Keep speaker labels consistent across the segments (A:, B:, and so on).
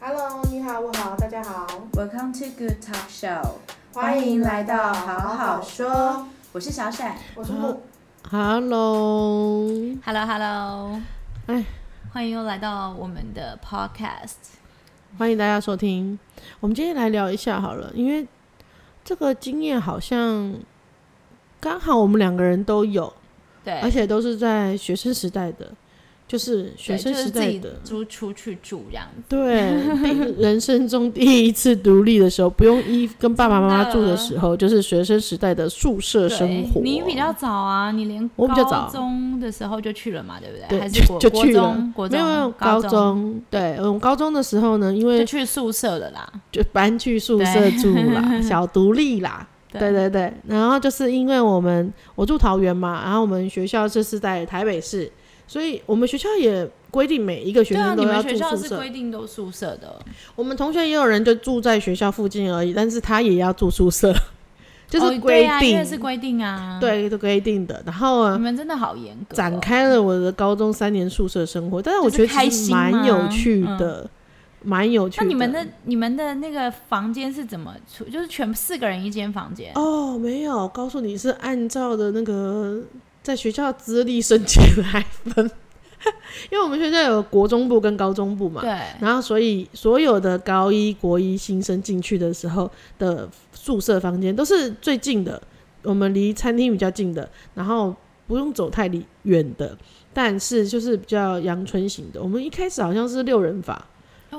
A: Hello，你好，我好，大家好，
B: Welcome to Good Talk Show，
A: 欢迎来到好好说。
B: 我是小闪，
A: 我是木，
C: Hello，
D: Hello Hello，
C: 哎
D: 欢迎又来到我们的 Podcast。
C: 欢迎大家收听。我们今天来聊一下好了，因为这个经验好像刚好我们两个人都有，
D: 对，
C: 而且都是在学生时代的，就是学
D: 对
C: 生
D: 就是
C: 时
D: 自
C: 代
D: 己
C: 的，
D: 租出去住这样子。
C: 对，第人生中第一次独立的时候，不用依跟爸爸妈妈
D: 真
C: 住
D: 的
C: 的时 候，就是学生时代的宿舍生
D: 对，
C: 活。
D: 你比较早啊，你连
C: 我比较早
D: 高中的时候就去了嘛，对不对？
C: 对
D: 还是国
C: 就
D: 国
C: 去了
D: 中，国
C: 没
D: 中
C: 有没有高
D: 中
C: 中，对，我们高中的时候呢，因
D: 就
C: 为
D: 去宿舍了啦。
C: 就搬去宿舍住啦， 小独立啦。对对对，然后就是因为我们我住桃园嘛，然后我们学校就是在台北市，所以我们学校也规定每一个学
D: 对啊，
C: 生都
D: 你
C: 要
D: 们
C: 住
D: 学校
C: 宿
D: 是
C: 舍。
D: 规定都宿舍的，哦
C: 我们同学也有人就住在学校附近而已，但是他也要住宿 舍，就
D: 哦
C: 是
D: 对
C: 规
D: 啊因
C: 定，
D: 为是规定啊。，嗯
C: 对，都规定的。然后
D: 你
C: 啊，
D: 们真的好严格哦。
C: 展开了我的高中三年宿舍生活，但是我觉得
D: 就是开
C: 其实
D: 心吗
C: 蛮有趣的，蛮、有趣
D: 那
C: 的。
D: 你们的你们的那个房间是怎么处？就是全四个人一间房间，
C: 哦，没有，告诉你是按照的那个在学校资历申请来分， 因为我们学校有国中部跟高中部嘛，
D: 对，
C: 然后所以所有的高一、国一新生进去的时候的宿舍房间都是最近的，我们离餐厅比较近的，然后不用走太离远的，但是就是比较阳春型的。我们一开始好像是六人房，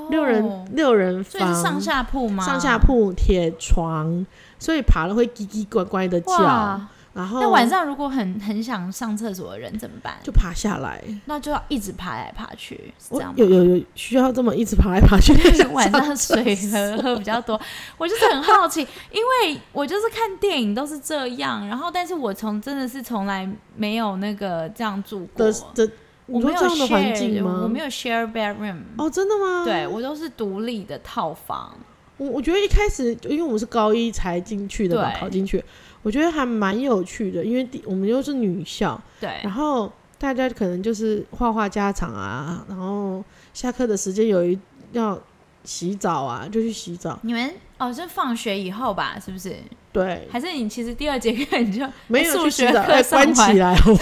C: 六
D: 哦
C: 人六人
D: 所以是
C: 房，
D: 上下铺吗？
C: 上下。铺铁床，所以爬了会叽叽怪怪的叫，
D: 哇！
C: 然后
D: 那晚上如果很很想上厕所的人怎么办？
C: 哦就爬下来。
D: 那就要一直爬来爬去，是这
C: 我
D: 样吗？，
C: 有有有需要这么一直爬来爬去
D: 晚上
C: 厕
D: 水
C: 所
D: 喝喝比较多，我就是很好奇，因为我就是看电影都是这样，然后但是我从真的是从来没有那个这样住过
C: 的，的，你
D: 我
C: 说
D: 没有
C: 这样的环
D: share-
C: 境吗？
D: 我没有 share bedroom，、
C: 哦，真的吗？
D: 对我都是独立的套房，
C: 我我觉得一开始因为我们是高一才进去的嘛，
D: 对
C: 考进去，我觉得还蛮有趣的，因为第我们又是女校，
D: 对
C: 然后大家可能就是画画家常啊，然后下课的时间有一要洗澡啊，就去洗澡。
D: 你们哦，是放学以后吧？是不是？
C: 对，
D: 还是你其实第二节课你就
C: 没有
D: 数
C: 去洗
D: 学
C: 澡，哎
D: 课上
C: 关起
D: 完，
C: 来哦，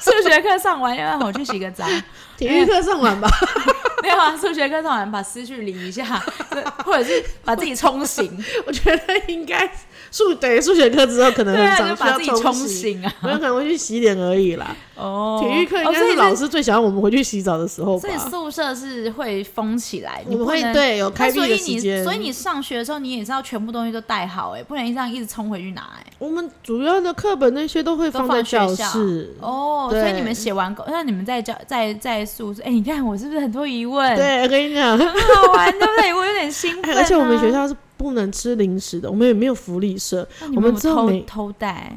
D: 数学课上完，要不然我去洗个澡。
C: 体育课上完吧。
D: 没有啊，数学课上完把思绪理一下， 或者是把自己冲醒。
C: 我觉得应该数对数学课之后可能
D: 对
C: 很
D: 啊，就把
C: 常
D: 自
C: 需
D: 己
C: 要
D: 冲
C: 洗，
D: 醒啊。
C: 我有可能会去洗脸而已啦。
D: 哦
C: 体育课应该是老师最想要我们回去洗澡的时候吧
D: 哦所以。所以宿舍是会封起来，
C: 我
D: 你
C: 们
D: 不
C: 会
D: 能。
C: 对有开
D: 那
C: 闭
D: 所以
C: 的时
D: 你，
C: 间，
D: 所以你上学的时候，你也是要全部东西都带好、哎，不然这样一直冲回去拿、哎。
C: 我们主要的课本那些都会
D: 都
C: 在
D: 放学
C: 教
D: 校
C: 室。
D: 哦，
C: 对
D: 所以你们写完功，那你们在教在在宿舍，哎、你看我是不是很多疑问？，
C: 对，我跟你讲，
D: 很好玩，对不对？我有点兴
C: 哎
D: 奋、啊
C: 而且我们学，校是不能吃零食的，我们也没有福利社，
D: 那你
C: 我
D: 们
C: 们
D: 有
C: 之后
D: 偷
C: 每
D: 偷带，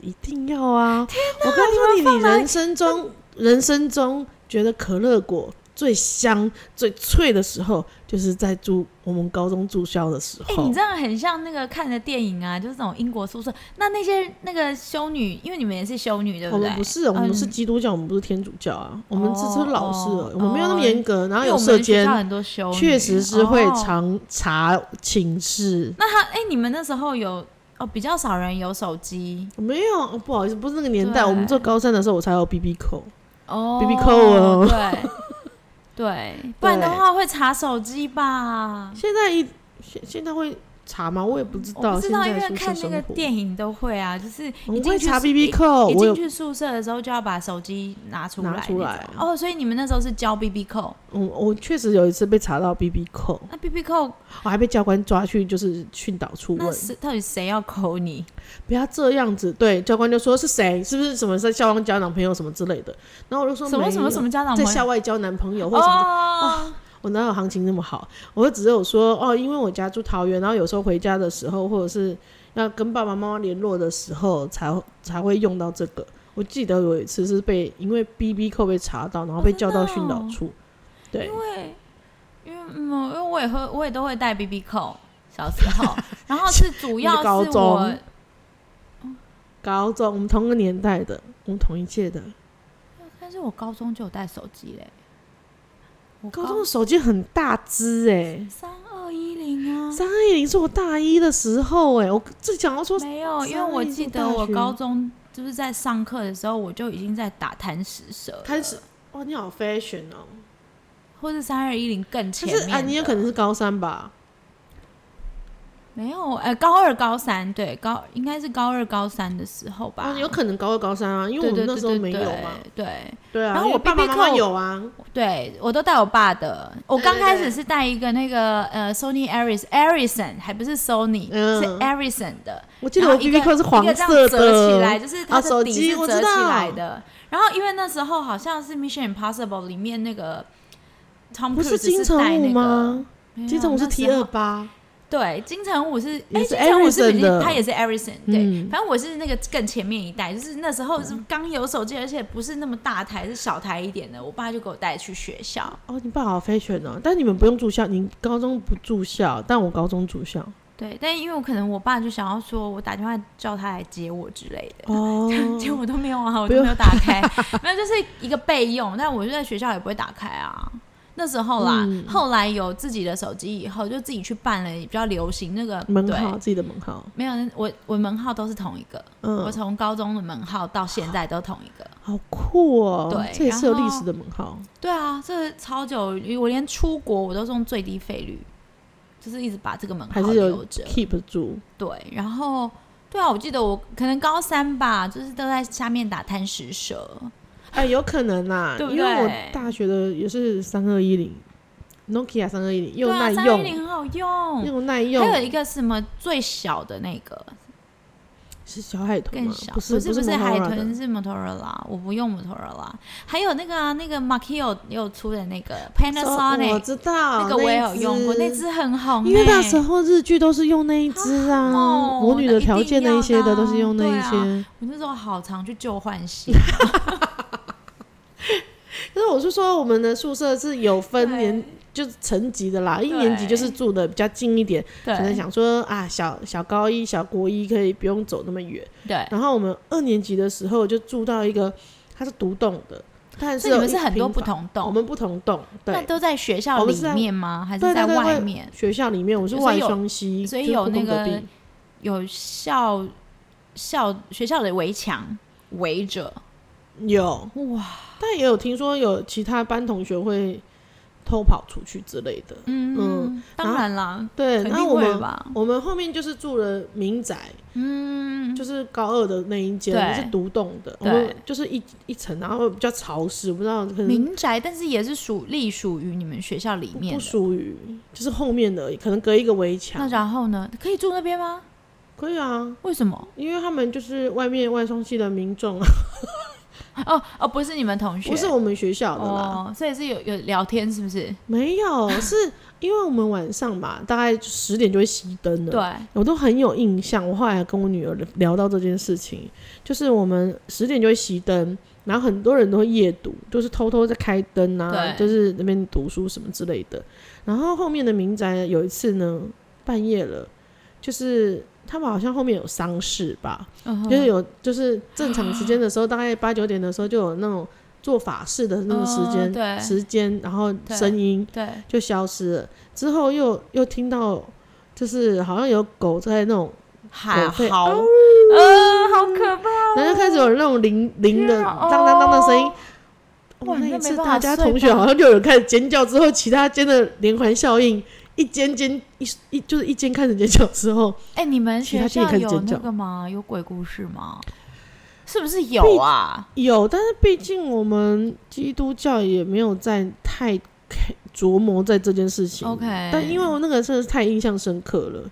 C: 一定要啊！我告诉你，你人生中人生中觉得可乐果最香最脆的时候，就是在住我们高中住校的时
D: 哎、
C: 候
D: 你。这样很像那个看的电影啊，就是那种英国宿舍。那那些那个修女，因为你们也是修女，对
C: 我
D: 不对？
C: 们不是，我们是
D: 嗯
C: 基督教，我们不是天主教啊，我们只
D: 哦
C: 是老师而
D: 哦
C: 已，我们没有那么严格。然后
D: 因为
C: 有
D: 我
C: 社
D: 们学
C: 监
D: 校，很多修女，
C: 确实是会
D: 哦
C: 常查寝室。
D: 那他哎、你们那时候有哦，比较少人有手机
C: 没有、哦不好意思，不是那个年代。
D: 对
C: 我们做高三的时候，我才有 BB 扣。
D: 哦
C: BB call 哦
D: 对对，不然的话会查手机吧。
C: 现在一现现在会查吗？我也不知
D: 我
C: 道。
D: 不知道，因
C: 现在宿
D: 为
C: 舍
D: 看那个
C: 生活
D: 电影都会啊，就是
C: 我
D: 一
C: 们
D: 进
C: 会
D: 去
C: 查
D: 是
C: BB 扣，
D: 一
C: 我
D: 进
C: 有
D: 去宿舍的时候就要把手机拿出来
C: 拿出
D: 那
C: 来
D: 种哦，所以你们那时候是教 BB 扣，
C: 我我确实有一次被查到 BB 扣，
D: 那 BB 扣
C: 我还被教官抓去就是训导处
D: 哦那
C: 问，
D: 是到底谁要扣你？
C: 不要这样子。对，教官就说是谁，是不是什么在校外交男朋友什么之类的。然后我就说
D: 什么什么什
C: 么
D: 么家长
C: 在
D: 朋
C: 校
D: 友？
C: 外交男朋友或什么之类的啊
D: 哦，
C: 我哪有行情那么好？我就只是有说哦，因为我家住桃园，然后有时候回家的时候，或者是要跟爸爸妈妈联络的时候，才才会用到这个。我记得有一次是被因为 B B 扣被查到，然
D: 哦
C: 后被叫到训导处。对，
D: 对，因为嗯，因为我也会，我也都会带 BB 扣，小时候，然后是主 要
C: 你是高
D: 是我
C: 中高中我们同个年代的，我们同一届的。
D: 但是我高中就有带手机嘞。我
C: 高中的手机很大只哎、
D: 三二一零啊，
C: 三二一零是我大一的时候哎、我最想要说
D: 没有，因为我记得我高中就是在上课的时候，我就已经在打贪食蛇了，
C: 开始哇，你好 fashion 哦、
D: 或是三二一零更
C: 可
D: 前面
C: 是
D: 的。
C: 啊，你也可能是高三吧？
D: 没有，哎、高二高三对高应该是高二高三的时候吧，
C: 啊，有可能高二高三啊，因为
D: 对
C: 我们
D: 对
C: 那
D: 对
C: 时候
D: 对
C: 没有
D: 对
C: 嘛。
D: 对
C: 对啊，
D: 然后
C: 因
D: 我
C: 为爸
D: BB
C: 爸妈妈
D: 扣
C: 有啊，
D: 对，我都带我爸的。我
C: 对
D: 刚
C: 对
D: 开
C: 对
D: 始是带一个那个呃 Sony Aris Ericsson，还不是 Sony，、
C: 嗯
D: 是 Ericsson 的。
C: 我记得
D: 然
C: 我
D: 后一
C: BB
D: 个
C: 扣是黄
D: 一个这样
C: 色
D: 折起来
C: 的，
D: 就是
C: 啊
D: 它
C: 手
D: 的底
C: 机
D: 是
C: 我知
D: 折起
C: 道
D: 来的。然后因为那时候好像是 Mission Impossible 里面那个 Tom
C: 不
D: Cruise
C: 是金城
D: 带
C: 武
D: 那个
C: 吗？？
D: 没有
C: 金城武是
D: 那时
C: T
D: 候
C: 二八，
D: 对，金城武是
C: 也
D: 哎，
C: 是
D: 金城武是
C: Ericsson
D: 比
C: 的
D: 他也是 Ericsson，对，
C: 嗯
D: 反正我是那个更前面一代，就是那时候是刚有手机，而且不是那么大台，是小台一点的，我爸就给我带去学校。
C: 哦，你爸好 fashion 哦、但你们不用住校，你高中不住校，但我高中住校。
D: 对，但因为我可能我爸就想要说我打电话叫他来接我之类的，
C: 哦，
D: 结果都没有啊，我
C: 不
D: 都
C: 用
D: 没有打 开，没有就是一个备用，但我就在学校也不会打开啊。那时候啦，
C: 嗯
D: 后来有自己的手机以后，就自己去办了比较流行那个
C: 门
D: 对
C: 号，自己的门号，
D: 没有，我我门号都是同一个，我
C: 嗯，
D: 从高中的门号到现在都同一个。
C: 好酷哦、
D: 对
C: 这也是有
D: 然
C: 历
D: 后
C: 史的门号。
D: 对啊，这超久，我连出国我都是用最低费率，就是一直把这个门
C: 还
D: 号
C: 是有
D: 留着。
C: keep 住，
D: 对，然后对啊，我记得我可能高三吧，就是都在下面打贪食蛇。
C: 哎，有可能啦，
D: 对不
C: 因为我
D: 对
C: 大学的也是三二一零，Nokia 三二一零又
D: 对
C: 耐
D: 啊，三
C: 用
D: 一，零很好用。
C: 又耐用，
D: 还有一个什么最小的那个
C: 是小海豚
D: 更
C: 吗？
D: 小，
C: 不是
D: 不是
C: 不
D: 是
C: Motorola
D: 海
C: 的
D: 豚是 Motorola，我不用 Motorola。还有那个啊，那个 Makio 又出的那个 Panasonic，、
C: 哦我知道
D: 那个我也有用过，那
C: 一只，
D: 只很红、欸。
C: 因为那时候日剧都是用那一只啊，
D: 好猛哦
C: 魔女的条件那一些的
D: 那一定要的
C: 都
D: 啊
C: 是用那一
D: 对
C: 些。
D: 我那时候好常去旧换 新，
C: 可是我是说，我们的宿舍是有分
D: 对
C: 年，就是层级的啦，一年级就是住的比较近一点，可能
D: 对
C: 想说啊，小小高一、小国一可以不用走那么远。
D: 对。
C: 然后我们二年级的时候就住到一个，它是独栋的，但是
D: 所以你们
C: 有
D: 是
C: 一
D: 很多
C: 平
D: 不
C: 房，
D: 同
C: 我
D: 栋，
C: 们不同栋，
D: 那
C: 对，
D: 都在学校
C: 我们
D: 里
C: 是在
D: 面吗？还是
C: 对
D: 在
C: 对对
D: 外
C: 外
D: 面？
C: 学校里面我是
D: 所以
C: 外
D: 有
C: 双溪，
D: 所以
C: 就是
D: 有
C: 不
D: 那
C: 公隔
D: 个
C: 壁
D: 有校校学校的围墙围着，
C: 有，
D: 哇，
C: 但也有听说有其他班同学会偷跑出去之类的，嗯
D: 嗯，当然啦，
C: 对，
D: 肯
C: 那
D: 定
C: 我
D: 会
C: 们
D: 吧，
C: 我们后面就是住了民宅，
D: 嗯，
C: 就是高二的那一间
D: 对
C: 是独栋的，我
D: 对
C: 们就是一一层，然后比较潮湿，不知道可能
D: 民宅，但是也是属隶属于你们学校里面
C: 嗯不
D: 的。
C: 属于，就是后面的而已，可能隔一个围
D: 那
C: 墙，
D: 然后呢？可以住那边吗？
C: 可以啊，
D: 为什么？
C: 因为他们就是外面外双系的民众啊，
D: 哦哦，不是你们同学，
C: 不是我们学校的啦，
D: 哦，所以是有有聊天是不是？
C: 没有，是因为我们晚上吧，大概十点就会熄灯了，
D: 对，
C: 我都很有印象。我后来跟我女儿聊到这件事情，就是我们十点就会熄灯，然后很多人都会夜读，就是偷偷在开灯啊，
D: 对
C: 就是那边读书什么之类的。然后后面的民宅有一次呢，半夜了，就是他们好像后面有丧事吧，
D: 嗯哼
C: 就是有就是正常时间的时候，大概八九点的时候就有那种做法事的那个时间、
D: 哦对
C: 时间，然后
D: 对
C: 声音，
D: 对，
C: 就消失了。之后又又听到，就是好像有狗在那种，
D: 海
C: 狗吠
D: 豪，
C: 嗷
D: 呃，好可怕。
C: 然后就开始有那种铃铃的
D: 天啊
C: 当当当的声音
D: 哦。
C: 哇，
D: 哇
C: 那
D: 那
C: 一
D: 没
C: 次
D: 办
C: 大
D: 法
C: 家
D: 睡
C: 同学
D: 吧
C: 好像就有开始尖叫，之后其他间的连环效应，一间间一一就是一间开始尖叫之后，
D: 哎、你们
C: 其
D: 学
C: 他地
D: 校
C: 开始
D: 有
C: 尖
D: 那
C: 叫
D: 个吗？有鬼故事吗？是不是有啊？
C: 有，但是毕竟我们基督教也没有在太琢磨在这件事情。
D: OK
C: 但因为我那个真的是太印象深刻了，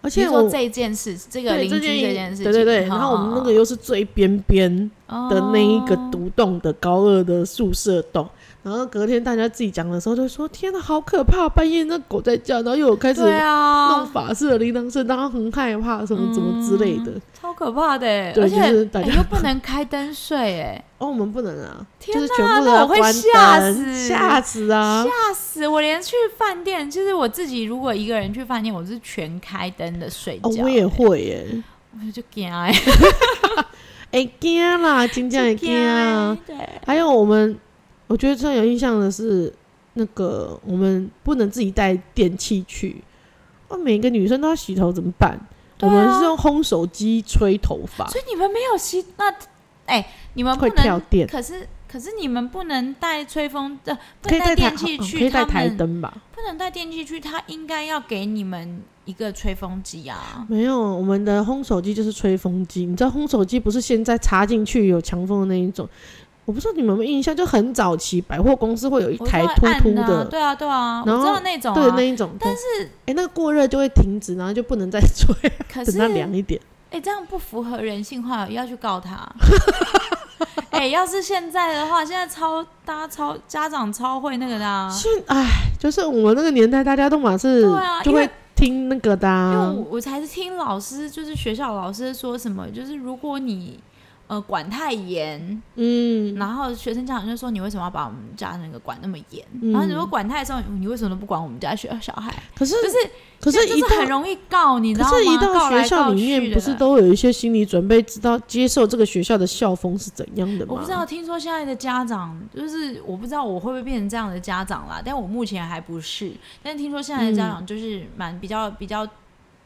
C: 而
D: 听
C: 且
D: 说
C: 我
D: 这件事，这个
C: 对
D: 邻
C: 这
D: 居
C: 件
D: 这件事情，哦
C: 对对对，然后我们那个又是最边边。的那一个
D: 毒，
C: 独栋的高二的宿舍栋，然后隔天大家自己讲的时候就说：“天哪，好可怕！半夜那狗在叫，然后又有开始
D: 对
C: 弄
D: 啊，
C: 法式的铃铛声，大家很害怕，什么怎么之类的。
D: 超可怕的欸，
C: 对
D: 嗯而且、
C: 就是大家
D: 哎又不能开灯睡，哎，
C: 哦，我们不能啊， 就
D: 天
C: 是
D: 哪
C: 全部都
D: 那
C: 要
D: 我会
C: 关
D: 吓
C: 灯，
D: 死
C: 吓死啊！
D: 吓死我！连去饭店，就是我自己如果一个人去饭店，我是全开灯的睡觉
C: 哦
D: 欸、，
C: 我也会耶，
D: 我就惊哎，
C: 哎惊 啦，今天也惊啊！
D: 对，
C: 还有我们，我觉得最有印象的是，那个我们不能自己带电器去，哦，每个女生都要洗头怎么办？
D: 对
C: 我
D: 啊
C: 们是用烘手机吹头发，
D: 所以你们没有吸那，哎、你们不
C: 会跳
D: 能，
C: 电，
D: 可是可是你们不能带吹风的、呃，不
C: 可以
D: 能
C: 带台、
D: 带电
C: 哦
D: 器去，
C: 可以带
D: 他
C: 台
D: 们
C: 灯吧？
D: 不能带电器去，他应该要给你们一个吹风机啊。
C: 没有，我们的烘手机就是吹风机。你知道烘手机不是现在插进去有强风的那一种？我不知道你们有没有印象，就很早期百货公司会有一
D: 我
C: 台
D: 就会
C: 凸
D: 按
C: 凸
D: 啊
C: 的，
D: 对啊对啊，我
C: 然
D: 知
C: 后
D: 道那种、啊，
C: 对那一种。但是，哎、那个过热就会停止，然后就不能再吹，
D: 可
C: 等
D: 是
C: 它凉一点。
D: 哎、这样不符合人性化，要去 告他。哎、要是现在的话，现在超大家超家长超会那个的、啊，
C: 现哎，就是我们那个年代，大家都嘛是
D: 对啊
C: 就
D: 因为
C: 会听那个的、
D: 因为
C: 啊
D: 我。我才是听老师，就是学校老师说什么，就是如果你呃管太严，
C: 嗯，
D: 然后学生家长就说你为什么要把我们家那个管那么严？
C: 嗯
D: 然后你说管太松，你为什么都不管我们家学小孩？
C: 可是
D: 就是
C: 可是
D: 就
C: 一
D: 是很
C: 到
D: 容易告，你知
C: 可
D: 道吗？
C: 是，一到
D: 告来
C: 学校
D: 告
C: 里
D: 去
C: 面，
D: 的
C: 不是都有一些心理准备，知道接受这个学校的校风是怎样的吗？
D: 我不知道，听说现在的家长就是我不知道我会不会变成这样的家长啦，但我目前还不是。但听说现在的
C: 嗯
D: 家长就是蛮比较比较，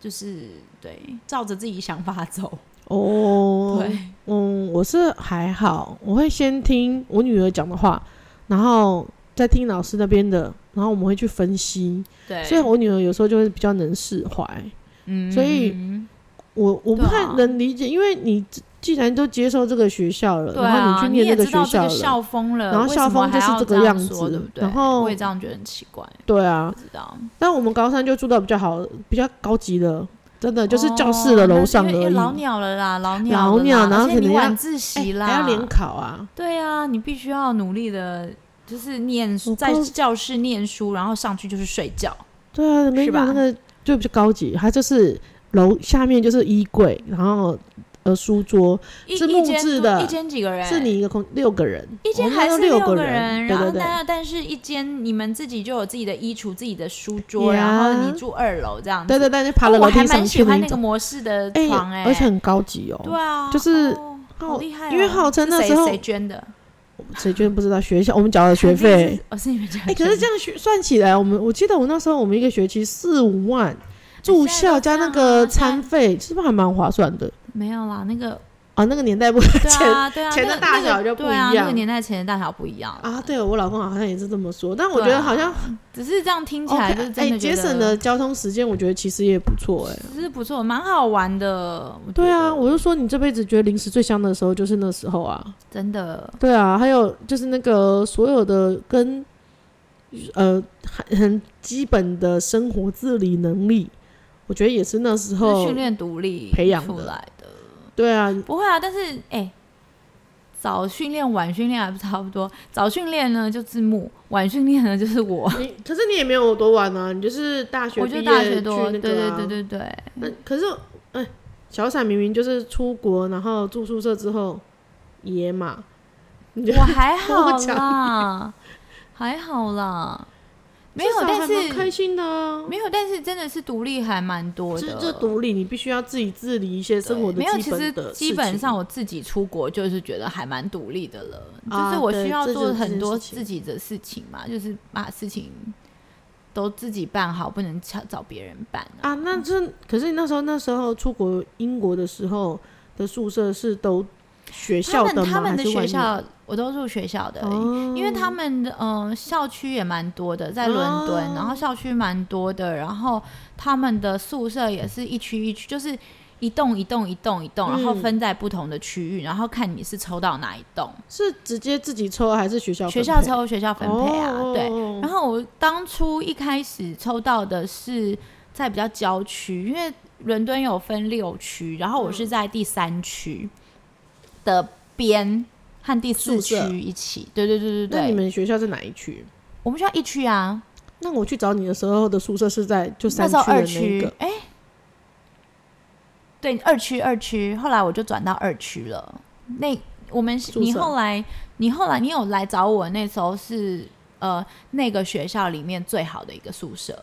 D: 就是对照着自己想法走。
C: 哦，
D: 对，
C: 嗯，我是还好，我会先听我女儿讲的话，然后再听老师那边的，然后我们会去分析。
D: 对，
C: 所以我女儿有时候就会比较能释怀，
D: 嗯
C: 所以我我不
D: 对啊
C: 太能理解，因为你既然都接受这个学校了，
D: 对
C: 然后
D: 啊，
C: 去念
D: 也
C: 那
D: 知
C: 学
D: 道这
C: 校
D: 个
C: 了，
D: 校风了，
C: 然后
D: 为
C: 校
D: 什么
C: 风就是
D: 还要
C: 这个
D: 样
C: 样
D: 说
C: 子
D: 对不对？
C: 然后
D: 我也这样觉得很奇怪，
C: 对啊
D: 不。知道。
C: 但我们高三就住到比较好、比较高级的，真的就是教室
D: 哦
C: 的
D: 那
C: 楼
D: 因
C: 上而
D: 为因为
C: 已，
D: 老鸟了啦，老鸟
C: 老
D: 了啦
C: 鸟然后
D: 而且
C: 可
D: 你
C: 能要
D: 晚自
C: 哎
D: 习啦，
C: 还要联考啊。
D: 对啊，你必须要努力的，就是念
C: 我
D: 在
C: 告
D: 教室念书，然后上去就是睡觉。
C: 对啊，没
D: 是
C: 讲
D: 吧
C: 那个就比较高级，它就是楼下面就是衣柜，然后呃书桌，
D: 一
C: 是
D: 一
C: 木
D: 间
C: 质
D: 多
C: 的
D: 一间几个人？
C: 是你一个空六个人，
D: 一间
C: 我们
D: 还
C: 那
D: 是
C: 时候六
D: 个
C: 人，对
D: 然
C: 对
D: 后
C: 对，
D: 但但是一间你们自己就有自己的衣橱、自己的书桌，然
C: 呀
D: 后你住二楼这样子。
C: 啊对对对，就爬
D: 哦
C: 了
D: 我
C: 楼
D: 还
C: 梯
D: 蛮
C: 上
D: 喜
C: 去
D: 欢
C: 那
D: 那个
C: 种，
D: 模式的
C: 哎
D: 床哎，
C: 而且很高级哦。
D: 对啊，
C: 就是
D: 哦好厉害哦，
C: 因为浩琛
D: 是
C: 那
D: 谁
C: 时候
D: 谁捐的？
C: 谁居然不知道学校我们缴了学
D: 肯定
C: 费
D: 是，，我哦是你们家。
C: 哎，可是这样学算起来，我们我记得我那时候我们一个学期四五万。住校加
D: 啊
C: 那个餐费，是不是还蛮划算的
D: 没有啦，那个
C: 啊？那个年代不
D: 对
C: 钱
D: 啊对啊，
C: 钱的
D: 那个
C: 大
D: 那个
C: 小就不
D: 对啊
C: 一样
D: 那个年代钱的大小不一样啦
C: 啊，对我老公好像也是这么说，但我觉
D: 对
C: 得
D: 啊
C: 好像
D: 只是这样听起
C: OK，
D: 来就是真
C: 哎
D: 的觉
C: 节
D: 得
C: 省了交通时间，我觉得其实也不错哎、
D: 只是不错，蛮好玩的。我觉
C: 对啊，
D: 得
C: 我就说你这辈子觉得零食最香的时候就是那时候啊。
D: 真的
C: 对啊，还有就是那个所有的跟呃很很基本的生活自理能力，我觉得也是那时
D: 是
C: 候
D: 训练独立
C: 培养的
D: 出来的。
C: 对啊，
D: 不会啊，但是哎、早训练晚训练还不差不多。早训练呢就字幕，晚训练呢就是我。
C: 你可是你也没有多晚啊，你就是大学
D: 我
C: 毕
D: 就
C: 业
D: 大学
C: 去
D: 多，
C: 那个、
D: 对对
C: 啊、
D: 对对对。
C: 那可是哎、小闪明明就是出国，然后住宿舍之后野马，你觉得
D: 我还
C: 我
D: 好
C: 讲
D: 啦，还好啦，没有
C: 至，少
D: 但
C: 还蛮
D: 是
C: 开心的啊。
D: 没有，但是真的是独立还蛮多
C: 这
D: 的。
C: 这独立，你必须要自己自理一些生活的
D: 没有，
C: 基
D: 其
C: 本
D: 实
C: 的
D: 基
C: 事
D: 本
C: 情
D: 上我自己出国就是觉得还蛮独立的了，
C: 啊
D: 就是我
C: 对
D: 需要
C: 这就
D: 做
C: 是这件
D: 很多
C: 事情
D: 自己的事情嘛，就是把事情都自己办好，不能找找别人办啊、
C: 啊，那这可是你那时候那时候出国英国的时候的宿舍是都学
D: 他
C: 校
D: 们
C: 的
D: 他
C: 吗？
D: 们
C: 还
D: 的
C: 是
D: 学
C: 外面
D: 校我都住学校的，
C: 哦
D: 因为他们的嗯、呃校区也蛮多的，在伦敦，
C: 哦
D: 然后校区蛮多的，然后他们的宿舍也是一区一区，就是一栋一栋一栋一栋，然后
C: 嗯
D: 分在不同的区域，然后看你是抽到哪一栋，
C: 是直接自己抽还是学校
D: 学
C: 分
D: 校
C: 配
D: 抽学校分配啊，
C: 哦
D: 对。然后我当初一开始抽到的是在比较郊区，因为伦敦有分六区，然后我
C: 嗯
D: 是在第三区的边和第四
C: 宿舍
D: 区一起。对对对
C: 那你
D: 对对，
C: 们学校在哪一区？
D: 我们学校一区啊，
C: 那我去找你的时候的宿舍是在就
D: 那
C: 三
D: 时候二
C: 的那一
D: 区
C: 个，
D: 哎、对，二区二区，后来我就转到二区了。那我们是
C: 宿
D: 你
C: 舍
D: 后来你后来你有来找我，那时候是呃那个学校里面最好的一个宿舍。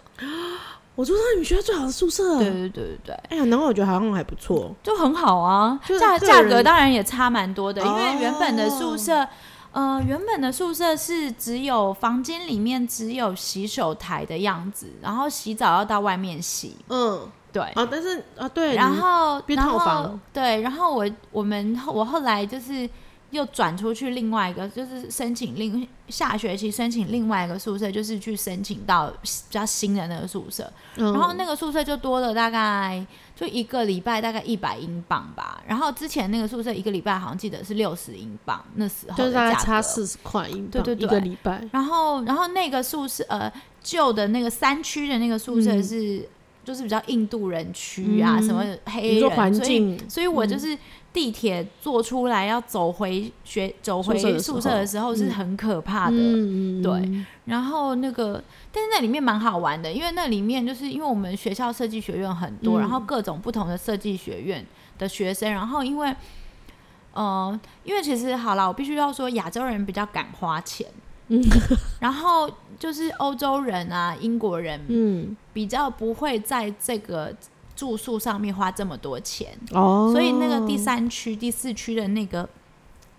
C: 我住到你们学校最好的宿舍。啊
D: 对对对对对，
C: 哎呀，然后我觉得好像还不错，
D: 就很好啊
C: 就是，
D: 价
C: 个
D: 价
C: 人
D: 格当然也差蛮多的，因
C: 哦
D: 为原本的宿舍。呃，原本的宿舍是只有房间里面只有洗手台的样子，然后洗澡要到外面洗，
C: 嗯，
D: 对。
C: 啊，但是啊，对，
D: 然
C: 你
D: 后，
C: 变
D: 然
C: 套
D: 后
C: 房
D: 对，然后我我们后我后来就是又转出去另外一个，就是申请另下学期申请另外一个宿舍，就是去申请到比较新的那个宿舍，
C: 嗯
D: 然后那个宿舍就多了大概就一个礼拜大概一百英镑吧，然后之前那个宿舍一个礼拜好像记得是六十英镑，那时候
C: 就是
D: 的
C: 大概
D: 价
C: 差
D: 格
C: 四十块英
D: 对
C: 镑
D: 对对
C: 一个礼拜，
D: 然后，然后那个宿舍，呃，旧的那个三区的那个宿舍
C: 嗯
D: 是，就是比较印度人区啊，
C: 嗯
D: 什么黑
C: 你说
D: 人，
C: 环
D: 所以，
C: 境
D: 所以我就是地铁坐出来要走回学，走
C: 宿舍的
D: 回
C: 时
D: 宿舍的时候是
C: 嗯
D: 很可怕的。
C: 嗯
D: 对，然后那个，但是那里面蛮好玩的，因为那里面就是因为我们学校设计学院很多，
C: 嗯
D: 然后各种不同的设计学院的学生，然后因为，呃，因为其实好了，我必须要说亚洲人比较敢花钱，
C: 嗯
D: 然后就是欧洲人啊、英国人
C: 嗯，
D: 比较不会在这个住宿上面花这么多钱，
C: 哦，
D: 所以那个第三区、第四区的那个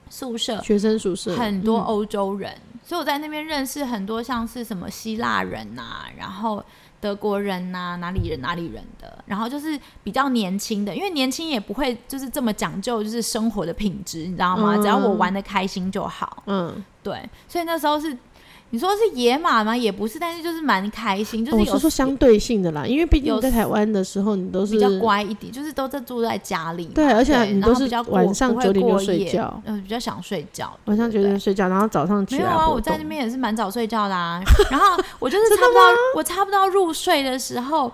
D: 宿舍
C: 学生宿舍
D: 很多
C: 嗯
D: 欧洲人，所以我在那边认识很多像是什么希腊人呐、然后德国人呐、哪里人哪里人的，然后就是比较年轻的，因为年轻也不会就是这么讲究就是生活的品质，你知道吗？
C: 嗯
D: 只要我玩的开心就好。
C: 嗯，
D: 对，所以那时候是你说是野马吗？也不是，但是就是蛮开心，就
C: 哦
D: 是
C: 我
D: 有、
C: 是说相对性的啦，因为毕竟
D: 有
C: 你在台湾的时候，你都是
D: 比较乖一点，就是都在住在家里嘛。
C: 对，而且
D: 对
C: 你
D: 然后
C: 都是
D: 比较过
C: 晚上
D: 不会
C: 九点就
D: 过
C: 睡
D: 夜
C: 觉，
D: 嗯、比较想睡觉。
C: 晚上
D: 对
C: 九
D: 不对
C: 点睡觉，然后早上起
D: 没
C: 来
D: 有啊，
C: 活
D: 我在
C: 动
D: 那边也是蛮早睡觉 的啊。然后我就是差不到我差不到入睡的时候，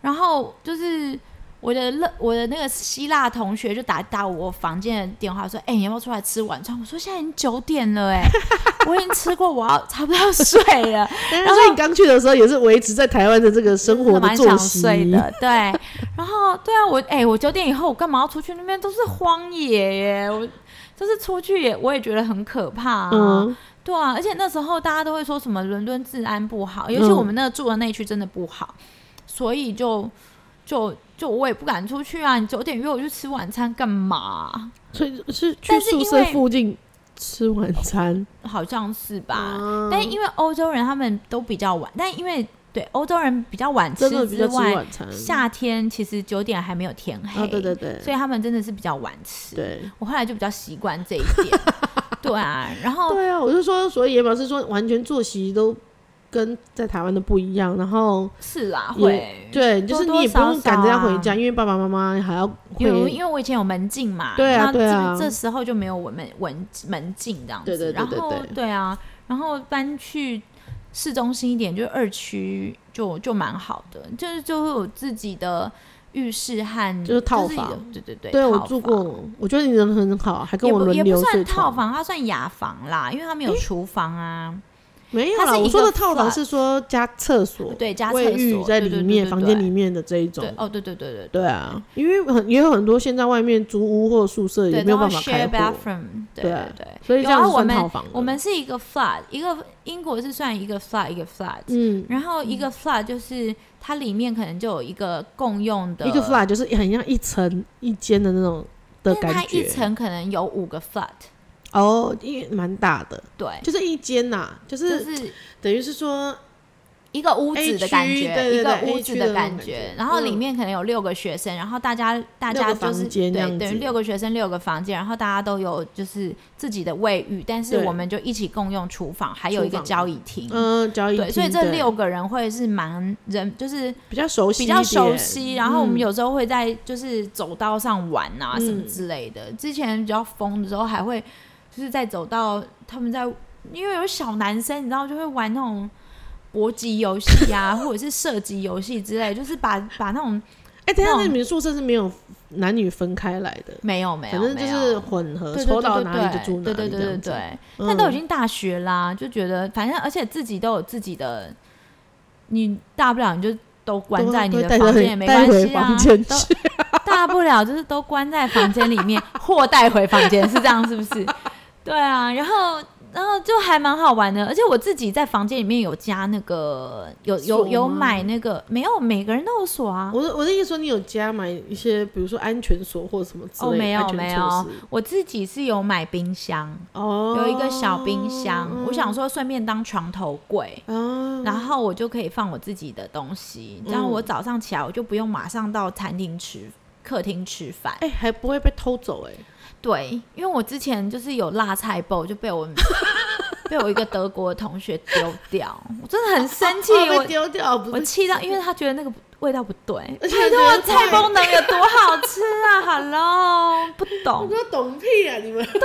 D: 然后就是我的乐我的那个希腊同学就打打我房间的电话说：“哎、你要不要出来吃晚餐？”我说：“现在已经九点了、哎，我已经吃过，我要差不多要睡了。”
C: 但是所以你刚去的时候也是维持在台湾的这个生活
D: 真的蛮
C: 作
D: 想
C: 息，
D: 睡的，对。然后对啊，我哎、我九点以后我干嘛要出去？那边都是荒野耶，我就是出去也我也觉得很可怕、啊。
C: 嗯，
D: 对啊，而且那时候大家都会说什么伦敦治安不好，尤其
C: 嗯
D: 我们那个住的那区真的不好，所以就就就我也不敢出去啊！你九点约我去吃晚餐干嘛？
C: 所以是去
D: 但是
C: 宿
D: 因
C: 舍
D: 为
C: 附近吃晚 餐
D: 好像是吧？
C: 嗯
D: 但因为欧洲人他们都比较晚，但因为对欧洲人比较晚吃
C: 真的比
D: 之
C: 较吃
D: 外，
C: 晚餐
D: 夏天其实九点还没有天黑，
C: 啊，对对对
D: 所以他们真的是比较晚吃。
C: 对。
D: 我后来就比较习惯这一 点，对啊，然后
C: 对啊，我就说，所以也表示说，完全作息都跟在台湾的不一样。然后，
D: 是啦，
C: 也
D: 会
C: 对，就是
D: 哎多
C: 你也不用赶着要回
D: 少少
C: 家，因为爸爸妈妈还要
D: 因为
C: 回。
D: 因为我以前有门禁嘛，
C: 对啊
D: 那
C: 对啊
D: 这这时候就没有我们门门禁这样子，
C: 对对对对
D: 然后
C: 对
D: 对啊，然后搬去市中心一点，就二区就就蛮好的，就是就会有自己的浴室和
C: 就是套
D: 自己的
C: 房
D: 对对对，
C: 对，我
D: 套
C: 住
D: 房
C: 过，我觉得你人很好，还跟
D: 也
C: 我
D: 不
C: 轮
D: 也不
C: 流睡
D: 算套
C: 床。
D: 房，它算雅房啦，因为他们有厨房啊，
C: 没有
D: 它
C: 啦，
D: 是
C: 我
D: 一
C: 说
D: 个
C: 的套房
D: flat
C: 是说加厕所、
D: 对加
C: 卫
D: 厕
C: 浴
D: 所
C: 在
D: 对对
C: 里
D: 对
C: 面、
D: 对
C: 房
D: 对
C: 间里面的这一种
D: 对。哦对对对对
C: 对啊，因为很也有很多现在外面租屋或宿舍也
D: 对，
C: 没有
D: 然后
C: 办法
D: share
C: 开火，
D: bathroom，
C: 对
D: 对对
C: 啊嗯
D: 对，
C: 所以
D: 有
C: 这样
D: 啊
C: 子
D: 我
C: 算套
D: 们
C: 房了。
D: 我们是一个 flat，一个英国是算一个 flat 一个 flat，
C: 嗯，
D: 然后一个 flat 就是它里面可能就有一个共用的
C: 一个 flat 就是很像一层一间的那种的
D: 但是
C: 感
D: 它
C: 觉，
D: 一层可能有五个 flat，
C: 哦，因为蛮大的，
D: 对，
C: 就是一间呐、就、
D: 就是是
C: 等于是说，
D: 一个屋子的感
C: A 区
D: 觉，
C: 对对对
D: 一个
C: A
D: 屋
C: 区
D: 子
C: 的那种
D: 感
C: 感觉
D: 然后里
C: 嗯
D: 面可能有六个学生，然后大家大家
C: 六个
D: 就是
C: 房间这样
D: 对
C: 子
D: 等于六个学生六个房间，然后大家都有就是自己的卫浴，但是
C: 对
D: 我们就一起共用厨房，还有一个
C: 厨房
D: 交易厅。
C: 嗯，交易
D: 对，所以
C: 厅
D: 这
C: 对
D: 六个人会是蛮人，就是
C: 比较熟悉，
D: 比较熟。悉，然后我们
C: 嗯
D: 有时候会在就是走道上玩啊什么
C: 嗯
D: 之类的。之前比较疯的时候，还会就是在走道，他们在因为有小男生，你知道就会玩那种搏击游戏啊，或者是射击游戏之类，就是把把那种
C: 哎、等一下，
D: 那
C: 那
D: 种
C: 你们宿舍是没有男女分开来的，
D: 没有没
C: 反
D: 有，
C: 正就
D: 没有
C: 是混合，
D: 对对
C: 抽到
D: 对
C: 哪
D: 对
C: 里就住哪
D: 对
C: 里
D: 对对
C: 这
D: 对
C: 样子
D: 对。
C: 嗯
D: 但都已经大学啦，就觉得反正而且自己都有自己的，你大不了你就都关
C: 都
D: 在你
C: 都
D: 的
C: 带
D: 房
C: 回
D: 间也没
C: 带
D: 关
C: 回
D: 系啊
C: 房间，
D: 都 大不了就是 都关在房间里面或带回房间，是这样是不是？对啊，然后然后就还蛮好玩的，而且我自己在房间里面有加那个，有有
C: 锁
D: 有
C: 吗
D: 买那个，没有每个人都有锁啊。
C: 我的我的意思说，你有加买一些，比如说安全锁或者什么之类
D: 哦，
C: 的
D: 没有
C: 安全
D: 没
C: 措
D: 有
C: 施，
D: 我自己是有买冰箱，
C: 哦，
D: 有一个小冰箱，我想说顺便当床头柜。
C: 哦，
D: 然后我就可以放我自己的东西，这样
C: 嗯
D: 我早上起来我就不用马上到餐厅吃、客厅吃饭。
C: 哎、还不会被偷走哎、
D: 对，因为我之前就是有辣菜包就 被我被我一个德国的同学丢掉，我真的很生 气，
C: 哦被
D: 我
C: 丢掉，不
D: 我
C: 是
D: 气到，因为他觉得那个味道不 对。
C: 而且
D: 拜
C: 觉
D: 托
C: 得，
D: 菜包能有多好吃啊 ？Hello，不 懂，
C: 我
D: 这
C: 说懂屁啊！你们，
D: 是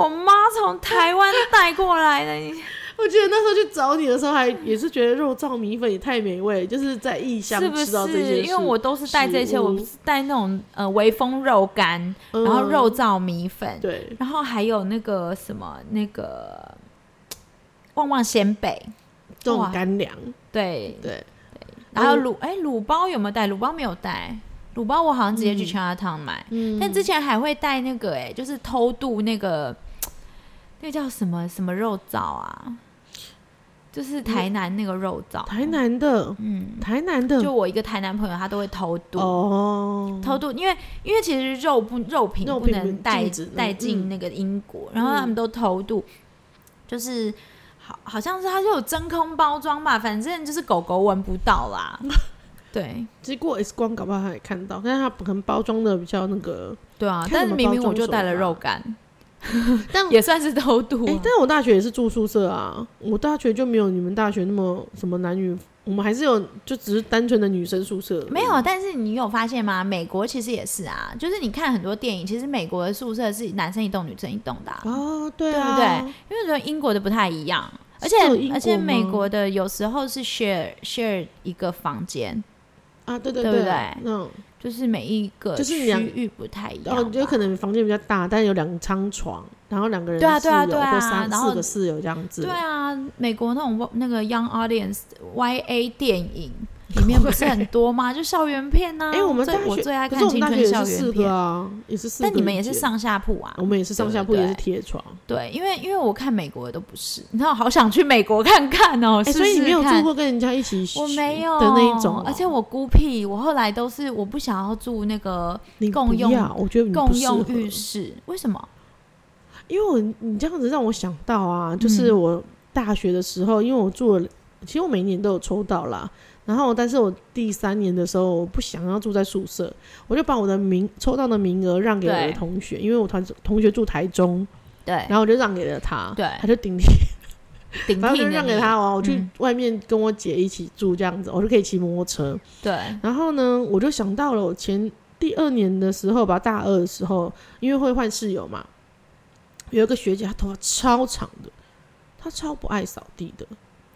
D: 我妈从台湾带过来的。你
C: 我记得那时候去找你的时候，还也是觉得肉燥米粉也太美味，就是在异乡
D: 是不
C: 吃到这些
D: 是？
C: 事，
D: 因为我都是带这些，
C: 食物
D: 我不是带那种呃微风肉干，然后
C: 嗯
D: 肉燥米粉，
C: 对
D: 然后还有那个什么那个旺旺仙贝，
C: 这种
D: 哇
C: 干粮，
D: 对，
C: 对，
D: 然后
C: 嗯
D: 卤哎卤包有没有带？卤包没有带，卤包我好像直接去 China Town 买，
C: 嗯
D: 但之前还会带那个哎、就是偷渡那个那个叫什么什么肉燥啊，就是台南那个肉燥，
C: 台南的，
D: 嗯，
C: 台南的
D: 就我一个台南朋友，他都会偷渡。
C: 哦，
D: 偷渡，因为因为其实肉不肉品
C: 肉
D: 不
C: 品
D: 能
C: 不
D: 带
C: 禁止嗯
D: 带进
C: 嗯
D: 那个英国，然后他们都偷渡，就是好好像是它就有真空包装吧，反正就是狗狗闻不到 啦。对
C: 经过 X 光，搞不好他也看到，但是它可能包装的比较那个，
D: 对啊，
C: 看
D: 但
C: 怎么
D: 明明
C: 包装
D: 我就
C: 手
D: 带了
C: 法
D: 肉干，
C: 但
D: 也算是偷渡
C: 哎、
D: 啊、
C: 但我大学也是住宿舍啊，我大学就没有你们大学那么什么男女，我们还是有，就只是单纯的女生宿舍而已。
D: 没有，啊但是你有发现吗？美国其实也是啊，就是你看很多电影，其实美国的宿舍是男生一栋，女生一栋的啊、
C: 哦，对啊，
D: 对不因为跟英国的不太一样，而且
C: 是有哦英国
D: 而且
C: 吗
D: 美国的有时候是 share share 一个房间，
C: 啊，对对
D: 对
C: 对
D: 不对
C: 嗯，
D: 就是每一个
C: 就是
D: 区
C: 两
D: 域不太一样
C: 然
D: 吧，
C: 后有可能房间比较大，但有两张床，然后两个人
D: 对啊
C: 室
D: 对啊
C: 友
D: 对啊
C: 或三
D: 然后
C: 四个室友这样子。
D: 对啊，美国那种那个 young audience YA 电影里面不是很 多吗？就校园片呐、啊。
C: 哎，我们
D: 最
C: 大学
D: 我最爱
C: 可
D: 看
C: 是我
D: 青
C: 们大
D: 春
C: 学也
D: 校
C: 是
D: 园
C: 四个
D: 片，
C: 啊，也是四个一间。哦
D: 但你们也是上下铺啊
C: 我。们也是上下铺，
D: 对对
C: 也
D: 对啊
C: 是贴床。
D: 对，因为因为我看美国的都不是，你知道，好想去美国看看哦。
C: 哎，
D: 试
C: 所以你
D: 试
C: 没有
D: 看
C: 住过跟人家一起
D: 我没有
C: 的那一种哦，
D: 而且我孤僻，我后来都是我不想要住那个
C: 你
D: 共
C: 不
D: 用
C: 要我觉得你嗯不
D: 共
C: 适
D: 用
C: 合
D: 浴室，为什么？
C: 因为我你这样子让我想到啊，就是
D: 嗯
C: 我大学的时候，因为我住了，其实我每年都有抽到啦。然后，但是我第三年的时候，我不想要住在宿舍，我就把我的名抽到的名额让给我
D: 对
C: 的同学，因为我团同学住台中，
D: 对
C: 然，后我就让给了他，
D: 对
C: 他就顶替，
D: 顶
C: 然后
D: 替
C: 就
D: 了
C: 让
D: 你
C: 给他哦，我去
D: 嗯
C: 外面跟我姐一起住这样子，我就可以骑摩托车。
D: 对，
C: 然后呢，我就想到了我前第二年的时候吧，大二的时候，因为会换室友嘛，有一个学姐，她头发超长的，她超不爱扫地的，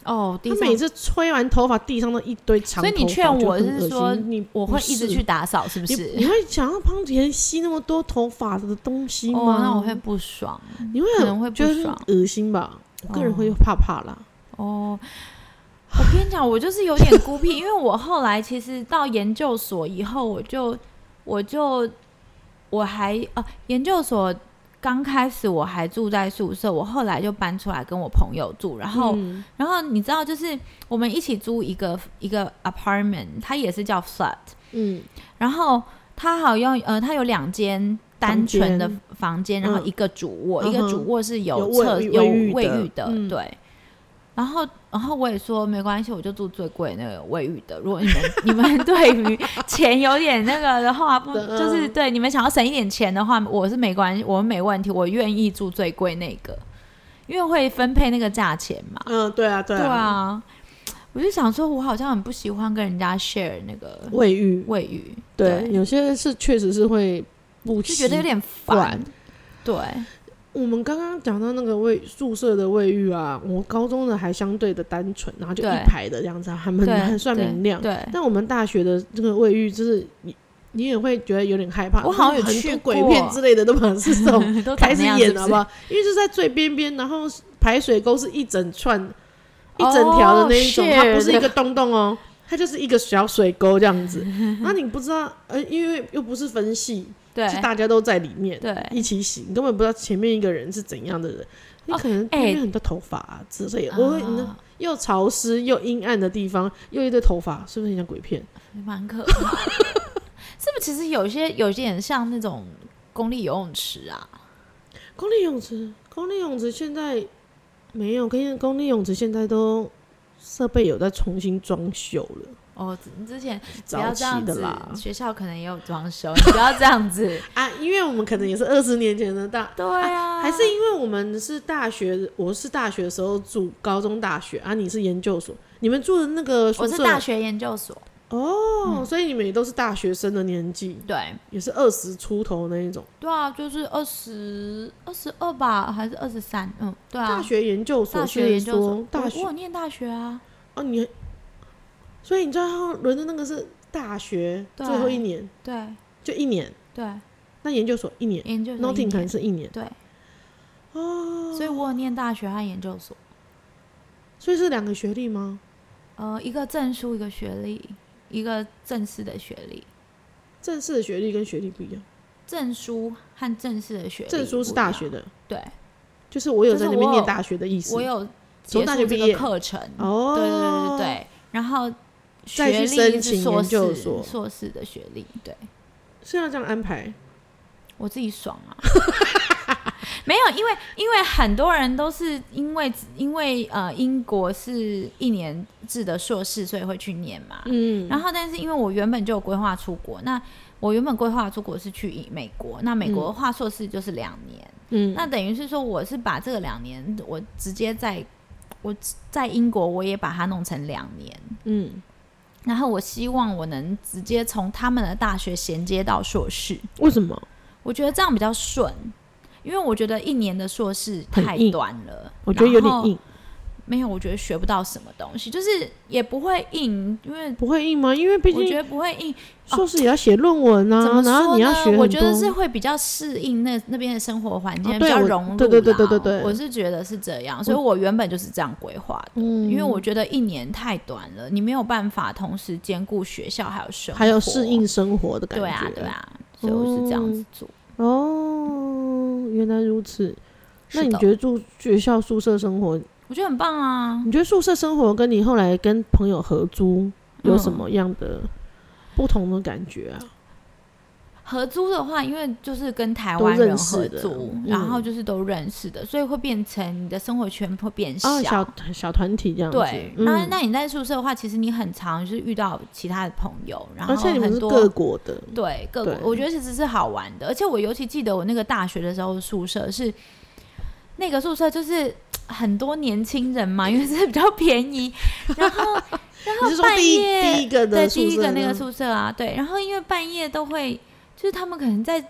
D: 哦，地
C: 她
D: 上
C: 每次吹完头发，地上都一堆长头
D: 所
C: 发，
D: 以你劝我
C: 就很恶
D: 是
C: 心
D: 说
C: 你
D: 我会一直去
C: 不
D: 打扫，是不
C: 是
D: 是？
C: 你，你会想要帮别人吸那么多头发的东西吗？嗯
D: 哦，那我会不爽
C: 你会
D: 可
C: 很
D: 能会不
C: 觉得
D: 爽
C: 很恶心吧？我个人
D: 哦
C: 会怕怕啦。
D: 哦。我跟你讲，我就是有点孤僻，因为我后来其实到研究所以后，我就我就我还啊，研究所刚开始我还住在宿舍，我后来就搬出来跟我朋友住，然后
C: 嗯
D: 然后你知道，就是我们一起租一个一个 apartment，它也是叫 flat，
C: 嗯，
D: 然后它好像呃，它有两间单纯的房间，然后
C: 嗯
D: 一个主卧，
C: 嗯哼
D: 一个主卧是
C: 有卫
D: 厕
C: 浴
D: 有
C: 卫浴的
D: 卫浴的，
C: 嗯
D: 对。然后，然后我也说没关系，我就住最贵那个卫浴的。如果你们你们对于钱有点那个的 话，不
C: 对嗯
D: 就是对你们想要省一点钱的话，我是没关系，我没问题，我愿意住最贵那个，因为会分配那个价钱嘛。
C: 嗯，对啊，对
D: 对啊，我就想说，我好像很不喜欢跟人家 share 那个
C: 卫浴，
D: 卫浴，
C: 对，有些是确实是会不
D: 就觉得
C: 习
D: 有点烦
C: 惯。。
D: 对，
C: 我们刚刚讲到那个卫宿舍的卫浴啊，我高中的还相对的单纯，然后就
D: 对
C: 一排的这样子啊，还蛮
D: 对
C: 还算
D: 对
C: 明亮。
D: 对，
C: 但我们大学的这个卫浴，就是你你也会觉得有点害怕。
D: 我好像有
C: 很多
D: 去
C: 鬼
D: 过
C: 片之类的，都满是这种
D: 都长
C: 哦开始
D: 那 样
C: 演
D: 是不
C: 好
D: 是
C: 不好？因为是在最边边，然后排水沟是一整串一整条的那一种
D: 哦
C: 它不是
D: shared
C: 一个洞洞哦，它就是一个小水沟这样 子。然后你不知道，呃，因为又不是分系，
D: 对
C: 是大家都在里面，
D: 对
C: 一起洗，你根本不知道前面一个人是怎样的人。你可能
D: 哎哦
C: 那边很多头发、啊之类的，我会你那又潮湿又阴暗的地方，又一堆头发，是不是很像鬼片？
D: 蛮 可怕的。是不是其实有些有点像那种公立游泳池啊？
C: 公立泳池，公立泳池现在没有，跟公立泳池现在都设备有在重新装修了，
D: 哦，之之前不
C: 早
D: 要
C: 期
D: 这样
C: 的
D: 子
C: 啦，
D: 学校可能也有装修，你不要这样子。
C: 啊，因为我们可能也是二十年前的大
D: 对啊，
C: 还是因为我们是大学，我是大学的时候住高中、大学啊，你是研究所，你们住的那个宿
D: 我是
C: 舍
D: 大学研究所，
C: 哦，
D: 嗯
C: 所以你们也都是大学生的年纪，
D: 对
C: 也是二十出头那一种。
D: 对啊，就是二十二十二吧，还是二十三？嗯，对啊，
C: 大学研究所
D: 大
C: 是
D: 学研究所
C: 说，大
D: 我
C: 学
D: 我有念大学啊，
C: 哦，你所以你知道伦敦那个是大学
D: 对
C: 最后一年，
D: 对
C: 就一年，
D: 对，
C: 那研究所一年
D: 研究所一年
C: Nottingham 是一年，
D: 对，
C: 哦，
D: 所以我有念大学和研究所，
C: 所以是两个学历吗？
D: 呃，一个证书，一个学历，一个正式的学历。
C: 正式的学历跟学历不一样，
D: 证书和正式的学历，
C: 证书是大学，的，
D: 对，
C: 就是我有在那
D: 就是
C: 边
D: 我
C: 念大学的意思。
D: 我有
C: 从
D: 结
C: 大学
D: 束
C: 毕
D: 这
C: 业
D: 个课程，
C: 哦，
D: 对对对对对，然后学
C: 再去
D: 历
C: 申
D: 是
C: 请
D: 硕
C: 研究
D: 士
C: 所
D: 硕士的学历，对
C: 是要这样安排。
D: 我自己爽啊。 没有，因为因为很多人都是因为因为呃英国是一年制的硕士，所以会去念嘛。
C: 嗯
D: 然后，但是因为我原本就有规划出国，那我原本规划出国是去美国，那美国的话硕士就是两年，
C: 嗯
D: 那等于是说我是把这个两年，我直接在我在英国我也把它弄成两年，
C: 嗯，
D: 然后我希望我能直接从他们的大学衔接到硕士，
C: 为什么？
D: 我觉得这样比较顺，因为我觉得一年的硕士
C: 很
D: 太
C: 硬
D: 短了，
C: 我觉得有
D: 然后
C: 点硬，
D: 没有，我觉得学不到什么东西，就是也不会硬，因为
C: 不会硬吗？因为毕
D: 我觉
C: 竟
D: 得不会硬。
C: 硕士也要写论文
D: 哦怎
C: 啊，
D: 么
C: 然后
D: 说
C: 你要
D: 呢
C: 学？很
D: 我觉得是
C: 多。
D: 会比较适应那那边的生活环
C: 哦
D: 境，比
C: 对
D: 较
C: 我
D: 融入啦。
C: 对对对对对对
D: 我是觉得是这样，所以我原本就是这样规划的。
C: 嗯
D: 因为我觉得一年太短了，你没有办法同时兼顾学校还有生活，
C: 还有适应生活的感觉。
D: 对啊，对。啊，所以我是这样子做。
C: 哦，原来如此。那
D: 是
C: 你
D: 的
C: 觉得住学校宿舍生活，
D: 我觉得很棒啊。
C: 你觉得宿舍生活跟你后来跟朋友合租有什
D: 嗯
C: 么样的不同的感觉啊？
D: 合租的话，因为就是跟台
C: 都
D: 湾
C: 认
D: 人
C: 识
D: 合
C: 的
D: 租，
C: 嗯
D: 然后就是都认识的，所以会变成你的生活圈会变小。
C: 啊，小小团体这样子。
D: 对，
C: 嗯
D: 那那你在宿舍的话，其实你很常就是遇到其他的朋友，然后
C: 而且你们
D: 很
C: 是
D: 多
C: 各国的，
D: 对各国
C: 对，
D: 我觉得其实是好玩的。而且我尤其记得我那个大学的时候的宿舍是那个宿舍，就是很多年轻人嘛，因为是比较便宜，然后然
C: 你
D: 后
C: 是说
D: 半
C: 第一
D: 夜
C: 第一个
D: 对
C: 的宿
D: 第一
C: 舍
D: 个那个
C: 呢
D: 宿舍啊，对，然后因为半夜都会，就是他们可能在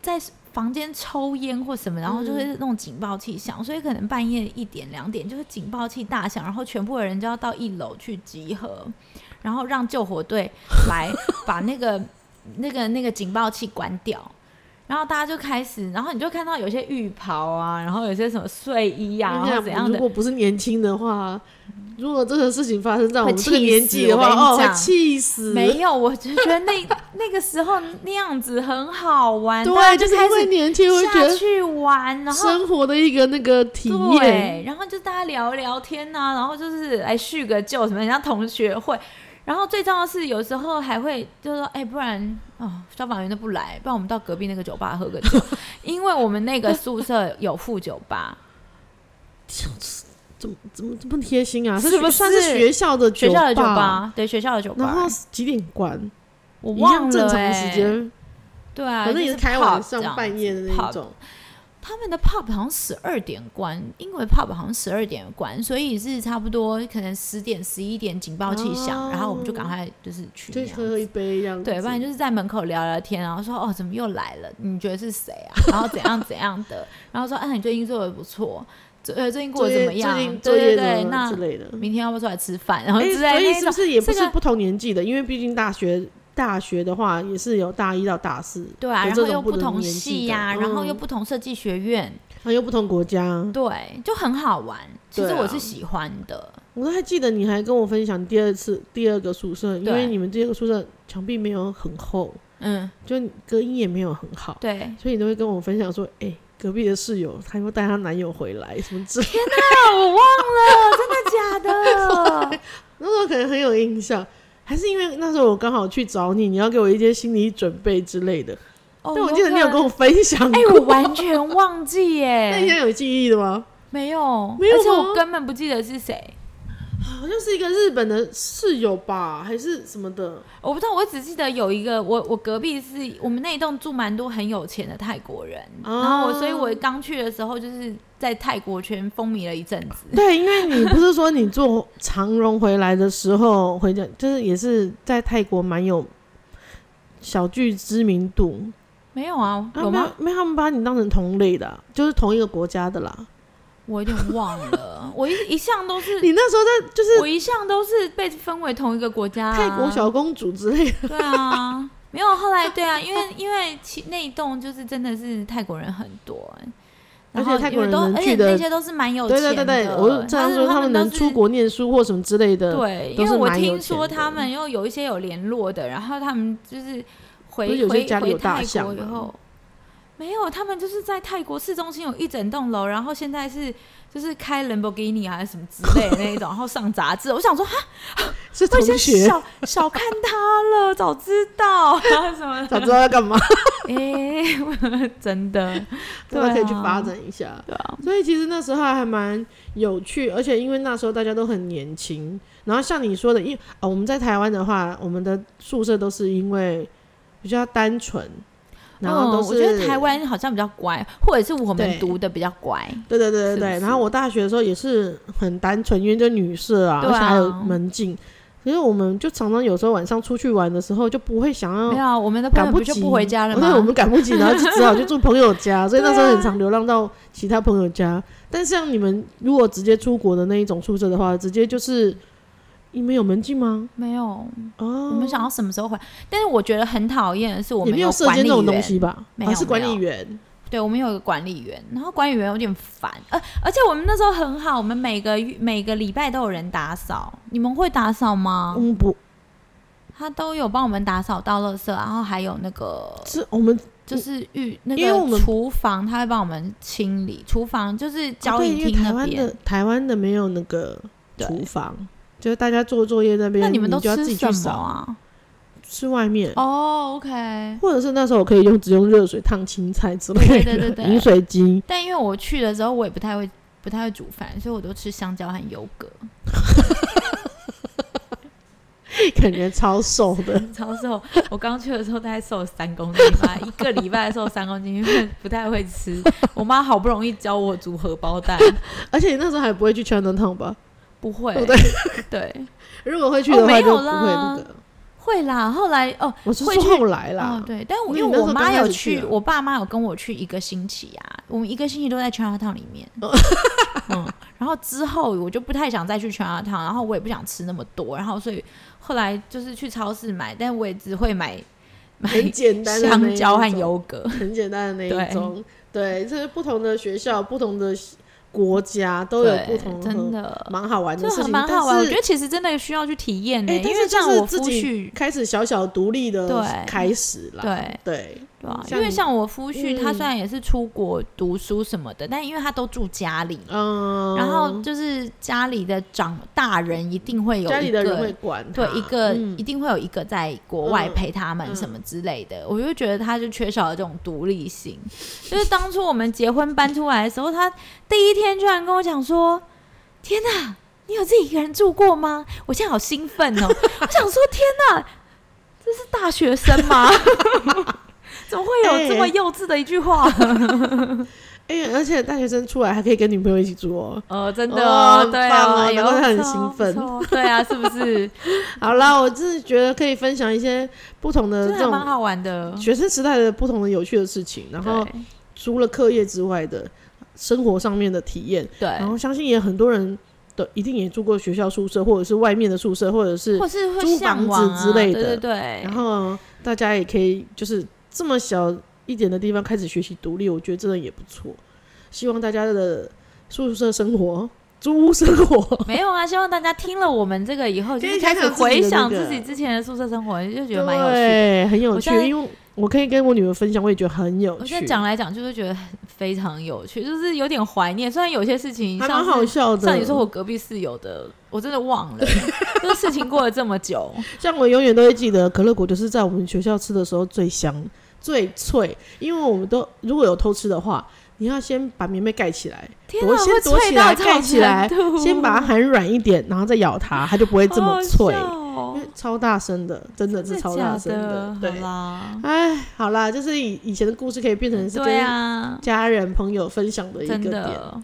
D: 在房间抽烟或什么，然后就
C: 嗯
D: 会弄警报器响，所以可能半夜一点两点就是警报器大响，然后全部的人就要到一楼去集合，然后让救火队来把那个那个那个警报器关掉。然后大家就开始，然后你就看到有些浴袍啊，然后有些什么睡衣啊，
C: 那
D: 然后怎样
C: 如
D: 的，
C: 果不是年轻的话，如果这个事情发生在我
D: 会
C: 们这个
D: 气
C: 年
D: 死
C: 纪的
D: 我跟你
C: 话，哦，会
D: 讲
C: 气死！
D: 没有，我就觉得 那那个时候那样子很好玩，大
C: 对，
D: 家
C: 就
D: 就是开
C: 因为
D: 始
C: 年轻会觉
D: 下
C: 得
D: 去玩，然后
C: 生活的一个那个体验，
D: 对，然后就大家聊聊天呐、然后就是来叙个旧什么，人家同学会。然后最重要的是，有时候还会就是说，哎、不然哦，消防员都不来，不然我们到隔壁那个酒吧喝 个酒，因为我们那个宿舍有副酒吧，
C: 怎么怎么这么贴心啊？
D: 是
C: 学
D: 不
C: 算是
D: 是
C: 学校的
D: 学
C: 酒
D: 校的酒吧，对，学校的酒吧。
C: 然后几点关？
D: 我
C: 一
D: 忘
C: 样
D: 了、
C: 正常
D: 哎
C: 时，间，
D: 对啊，
C: 反正也
D: 就是
C: 是开
D: pub
C: 晚
D: 这样
C: 上半夜的那
D: pub
C: 一种。
D: 他们的 pub 好像十二点关，英国的 pub 好像十二点关，所以是差不多可能十点、十一点警报器响，
C: 哦
D: 然后我们就赶快就是去那
C: 就
D: 样
C: 喝喝一杯这样子。
D: 对，不然就是在门口聊聊天，然后说哦，怎么又来了？你觉得是谁啊？然后怎样怎样的？然后说，哎、你最近做的不错，最呃最近过
C: 作
D: 得怎
C: 业
D: 么样
C: 最近？作
D: 对对
C: 业
D: 对，
C: 怎么
D: 那
C: 之类的。
D: 明天要不要出来吃饭？然后
C: 哎，
D: 之类
C: 所
D: 的
C: 以
D: 那
C: 是
D: 种
C: 不。是也不
D: 这
C: 是
D: 个
C: 不同年纪的？因为毕竟大学大学的话，也是有大一到大四，
D: 对啊，
C: 有
D: 然
C: 这
D: 后
C: 种
D: 又
C: 不
D: 不
C: 同
D: 同
C: 年纪
D: 系
C: 的
D: 呀、然后
C: 嗯
D: 又不同设计学院，
C: 啊，又不同国家。
D: 对，就很好玩。其
C: 对
D: 实
C: 啊
D: 我是喜欢的，
C: 我都还记得你还跟我分享第二次第二个宿舍，因
D: 对
C: 为你们第二个宿舍墙壁没有很厚，
D: 嗯，
C: 就隔音也没有很好，
D: 对，
C: 所以你都会跟我分享说，哎、隔壁的室友，她又带她男友回来什么之类的，
D: 我忘了，真的 假的？
C: 那时候可能很有印象。还是因为那时候我刚好去找你，你要给我一些心理准备之类的。
D: 哦
C: 但我记得你有跟我。分享
D: 可能哎、
C: 过，
D: 我完全忘记
C: 那你
D: 耶，
C: 现在有记忆的吗？
D: 没有，
C: 没有吗
D: 而且我根本不记得是谁，
C: 好像是一个日本的室友吧，还是什么的。
D: 我不知道，我只记得有一个，我我隔壁是我们那一栋住蛮多很有钱的泰国人，
C: 哦
D: 然后我所以我刚去的时候就是在泰国圈风靡了一阵子，
C: 对，因为你不是说你坐长荣回来的时候回家， 就是也是在泰国蛮有小具知名度。
D: 没有啊，
C: 啊
D: 有
C: 没
D: 吗？？
C: 没有，他们把你当成同类的啊、就是同一个国家的
D: 啊
C: 啦。
D: 我有点忘 了，我一一向都是
C: 你那时候在就是
D: 我一向都是被分为同一个国家、啊，
C: 泰国小公主之类的，
D: 对啊，没有后来对啊，因为 因为其那一栋就是真的是泰国人很多、欸，然后
C: 而且泰国人
D: 因为
C: 能
D: 都而
C: 去
D: 且
C: 的
D: 那些都是蛮有钱
C: 对对
D: 的，
C: 对对，我就这样说，
D: 哦他
C: 们
D: 都
C: 能
D: 是
C: 出。国念书或什么之类的，
D: 对，
C: 都
D: 因
C: 是
D: 为我
C: 蛮有
D: 听说
C: 钱的
D: 他们又有一些有联络的，然后他们就是
C: 不是
D: 回
C: 有些
D: 回
C: 家里有
D: 回
C: 大
D: 泰
C: 象
D: 国以
C: 吗
D: 后，没有，他们就是在泰国市中心有一整栋楼，然后现在是就是开兰博基尼啊什么之类的那一种，然后上杂志。我 想说，哈，
C: 是
D: 我
C: 同
D: 以前
C: 学，
D: 小小看他了，早知道 然后什么
C: 早知
D: 的，
C: 道要干嘛，
D: 哎、 真的，
C: 对吧？
D: 对
C: 可以去
D: 啊
C: 发展一下。
D: 对啊，
C: 所以其实那时候还蛮有趣，而且因为那时候大家都很年轻，然后像你说的，因啊、我们在台湾的话，我们的宿舍都是因为比较单纯，然后都
D: 嗯、
C: 是、
D: 我觉得台，湾好像比较乖，或者是我
C: 对
D: 们读的比较乖，
C: 对对对对对。
D: 是不是
C: 然后我大学的时候也是很单纯，因为就女舍啊，
D: 对
C: 而
D: 啊
C: 且还有门禁，所以我们就常常有时候晚上出去玩的时候就不会想
D: 没
C: 要。
D: 有啊，我们的朋
C: 赶
D: 友
C: 不
D: 不
C: 及
D: 就不回家了吗？
C: 对，我们嗯赶不及，然后就只好去住朋友家，所以那时候
D: 对啊
C: 很常流浪到其他朋友家。但像你们如果直接出国的那一种宿舍的话，直接就是你们有门禁吗？
D: 没有，
C: 哦，
D: 我们想要什么时候回？但是我觉得很讨厌的是，我
C: 也
D: 们
C: 没有射
D: 管
C: 箭
D: 理
C: 这种
D: 员，
C: 东西吧？
D: 没
C: 啊，
D: 有
C: 是管理
D: 没有
C: 员，
D: 对我们有一个管理员，然后管理员有点烦，而、而且我们那时候很好，我们每个月每个礼拜都有人打扫，你们会打扫吗？
C: 嗯，不
D: 他都有帮我们打扫倒垃圾，然后还有那个
C: 是我们
D: 就是浴那
C: 嗯因为我们
D: 个厨房，他会帮我们清理厨房，就是
C: 哦
D: 交
C: 对
D: 易
C: 因为
D: 厅
C: 台
D: 那
C: 湾
D: 边。
C: 的台湾的没有那个
D: 对
C: 厨房，就是大家做作业那边，
D: 那你们都
C: 就要自
D: 吃
C: 己去
D: 什么
C: 扫，
D: 啊？
C: 吃外面。
D: 哦，OK、o k
C: 或者是那时候我可以用只用热水烫青菜之类的，
D: 对对对对对
C: 饮水机，
D: 但因为我去的时候，我也不太会不太会煮饭，所以我都吃香蕉和优格，
C: 感觉超瘦的。
D: 超瘦。我刚去的时候大概瘦了三公斤吧，一个礼拜瘦三公斤，因为不太会吃。我妈好不容易教我煮荷包蛋，
C: 而且你那时候还不会去 China Town 吧？
D: 不会，
C: 哦对不
D: 对，
C: 如果会去的
D: 哦
C: 话
D: 没
C: 就不
D: 有
C: 会那
D: 啦
C: 个。
D: 会啦。后来哦。
C: 我是
D: 会
C: 说
D: 去
C: 后来啦，
D: 哦，对，但
C: 因
D: 我
C: 为
D: 因
C: 你
D: 为
C: 那时
D: 我
C: 候
D: 妈
C: 刚开
D: 有
C: 始去啊
D: 我爸妈有跟我去一个星期啊，我们一个星期都在 China Town 里面，
C: 哦
D: 嗯，然后之后我就不太想再去 China Town，然后我也不想吃那么多，然后所以后来就是去超市买，但我也只会买买
C: 很简单的那
D: 香
C: 一
D: 蕉和
C: 种
D: 优格，
C: 很简单的那一种。对，这是不同的学校、不同的国家都有
D: 对
C: 不同
D: 真
C: 的
D: 的。
C: 蛮好玩的
D: 就
C: 事
D: 很
C: 情，
D: 蛮好玩，
C: 但
D: 我
C: 是
D: 觉得其实真的需要去体验呢、
C: 哎
D: 因
C: 但是
D: 为
C: 就
D: 像
C: 是
D: 我
C: 自
D: 夫
C: 己
D: 婿，
C: 开始小小独立的
D: 对
C: 开始啦。
D: 对
C: 对
D: 对啊，
C: 像
D: 因
C: 你
D: 为像我夫婿，他
C: 嗯
D: 虽然也是出国读书什么的，但因为他都住家里，
C: 嗯，
D: 然后就是家里的长大人一定会有
C: 家里
D: 一
C: 的
D: 个
C: 人会管他，
D: 对一个、
C: 嗯
D: 一定会有一个在国外
C: 嗯
D: 陪他们什么之类的，我就觉得他就缺少了这种独立性。就是当初我们结婚搬出来的时候，他第一天居然跟我讲说：“天哪，你有自己一个人住过吗？”我现在好兴奋 哦，我想说：“天哪，这是大学生吗？” 怎么会有这么
C: 哎
D: 幼稚的一句话？
C: 哎，而且大学生出来还可以跟女朋友一起住哦。
D: 哦，真的
C: 哦
D: 哦，
C: 很
D: 对
C: 棒哦
D: 哦，哎呦
C: 难怪他很
D: 不错
C: 兴奋
D: 不错对啊，是不 是？
C: 好啦，我真的觉得可以分享一些不同的
D: 真
C: 这
D: 的还蛮
C: 种
D: 好玩的。
C: 学生时代的不同的有趣的事情，然后
D: 嗯对
C: 除了课业之外的生活上面的体验，然后
D: 对，
C: 相信也很多人的一定也住过学校宿舍，或者是外面的宿舍，或者是
D: 或是会
C: 租
D: 向
C: 房
D: 往
C: 子
D: 啊
C: 之类的
D: 对对对。
C: 然后大家也可以就是这么小一点的地方开始学习独立，我觉得真的也不错。希望大家的宿舍生活、租屋生 活，
D: 没有啊，希望大家听了我们这个以后，就
C: 可以
D: 是开
C: 想
D: 始
C: 想自己
D: 回
C: 的那
D: 想
C: 个
D: 自己之前的宿舍生活，就觉得蛮有趣的。
C: 对，很有
D: 我
C: 趣
D: 现。在
C: 因为我可以跟我女儿分享，我也觉得很有
D: 我
C: 趣，
D: 现在讲来讲去都觉得非常有趣，就是有点怀念。虽然有些事情
C: 还
D: 像
C: 蛮
D: 是
C: 好笑的。
D: 像你说我隔壁室友的，我真的忘 了，这事情过了这么久，
C: 像我永远都会记得，可乐果就是在我们学校吃的时候最香、最脆，因为我们都如果有偷吃的话，你要先把棉被盖起 来，
D: 天
C: 躲
D: 哪，
C: 先
D: 会
C: 躲
D: 脆
C: 起
D: 到
C: 来，
D: 这
C: 盖
D: 种
C: 起来
D: 程度，
C: 先把它含软一点，然后再咬它，它就不会这么脆，
D: 好好笑哦
C: 因为超大声的，真的
D: 真
C: 是
D: 的
C: 超
D: 假
C: 大声
D: 的，
C: 对
D: 好，啦，
C: 哎，好啦，就是以以前的故事可以变成是
D: 对
C: 跟
D: 啊，
C: 家人朋友分享的一个
D: 真
C: 点，
D: 的，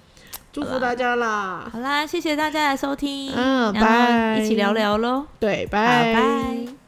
C: 祝福大家啦，
D: 好啦，谢谢大家的收听，
C: 嗯
D: 然后一起
C: 拜
D: 聊聊喽，
C: 对，
D: 好，
C: 拜
D: 拜。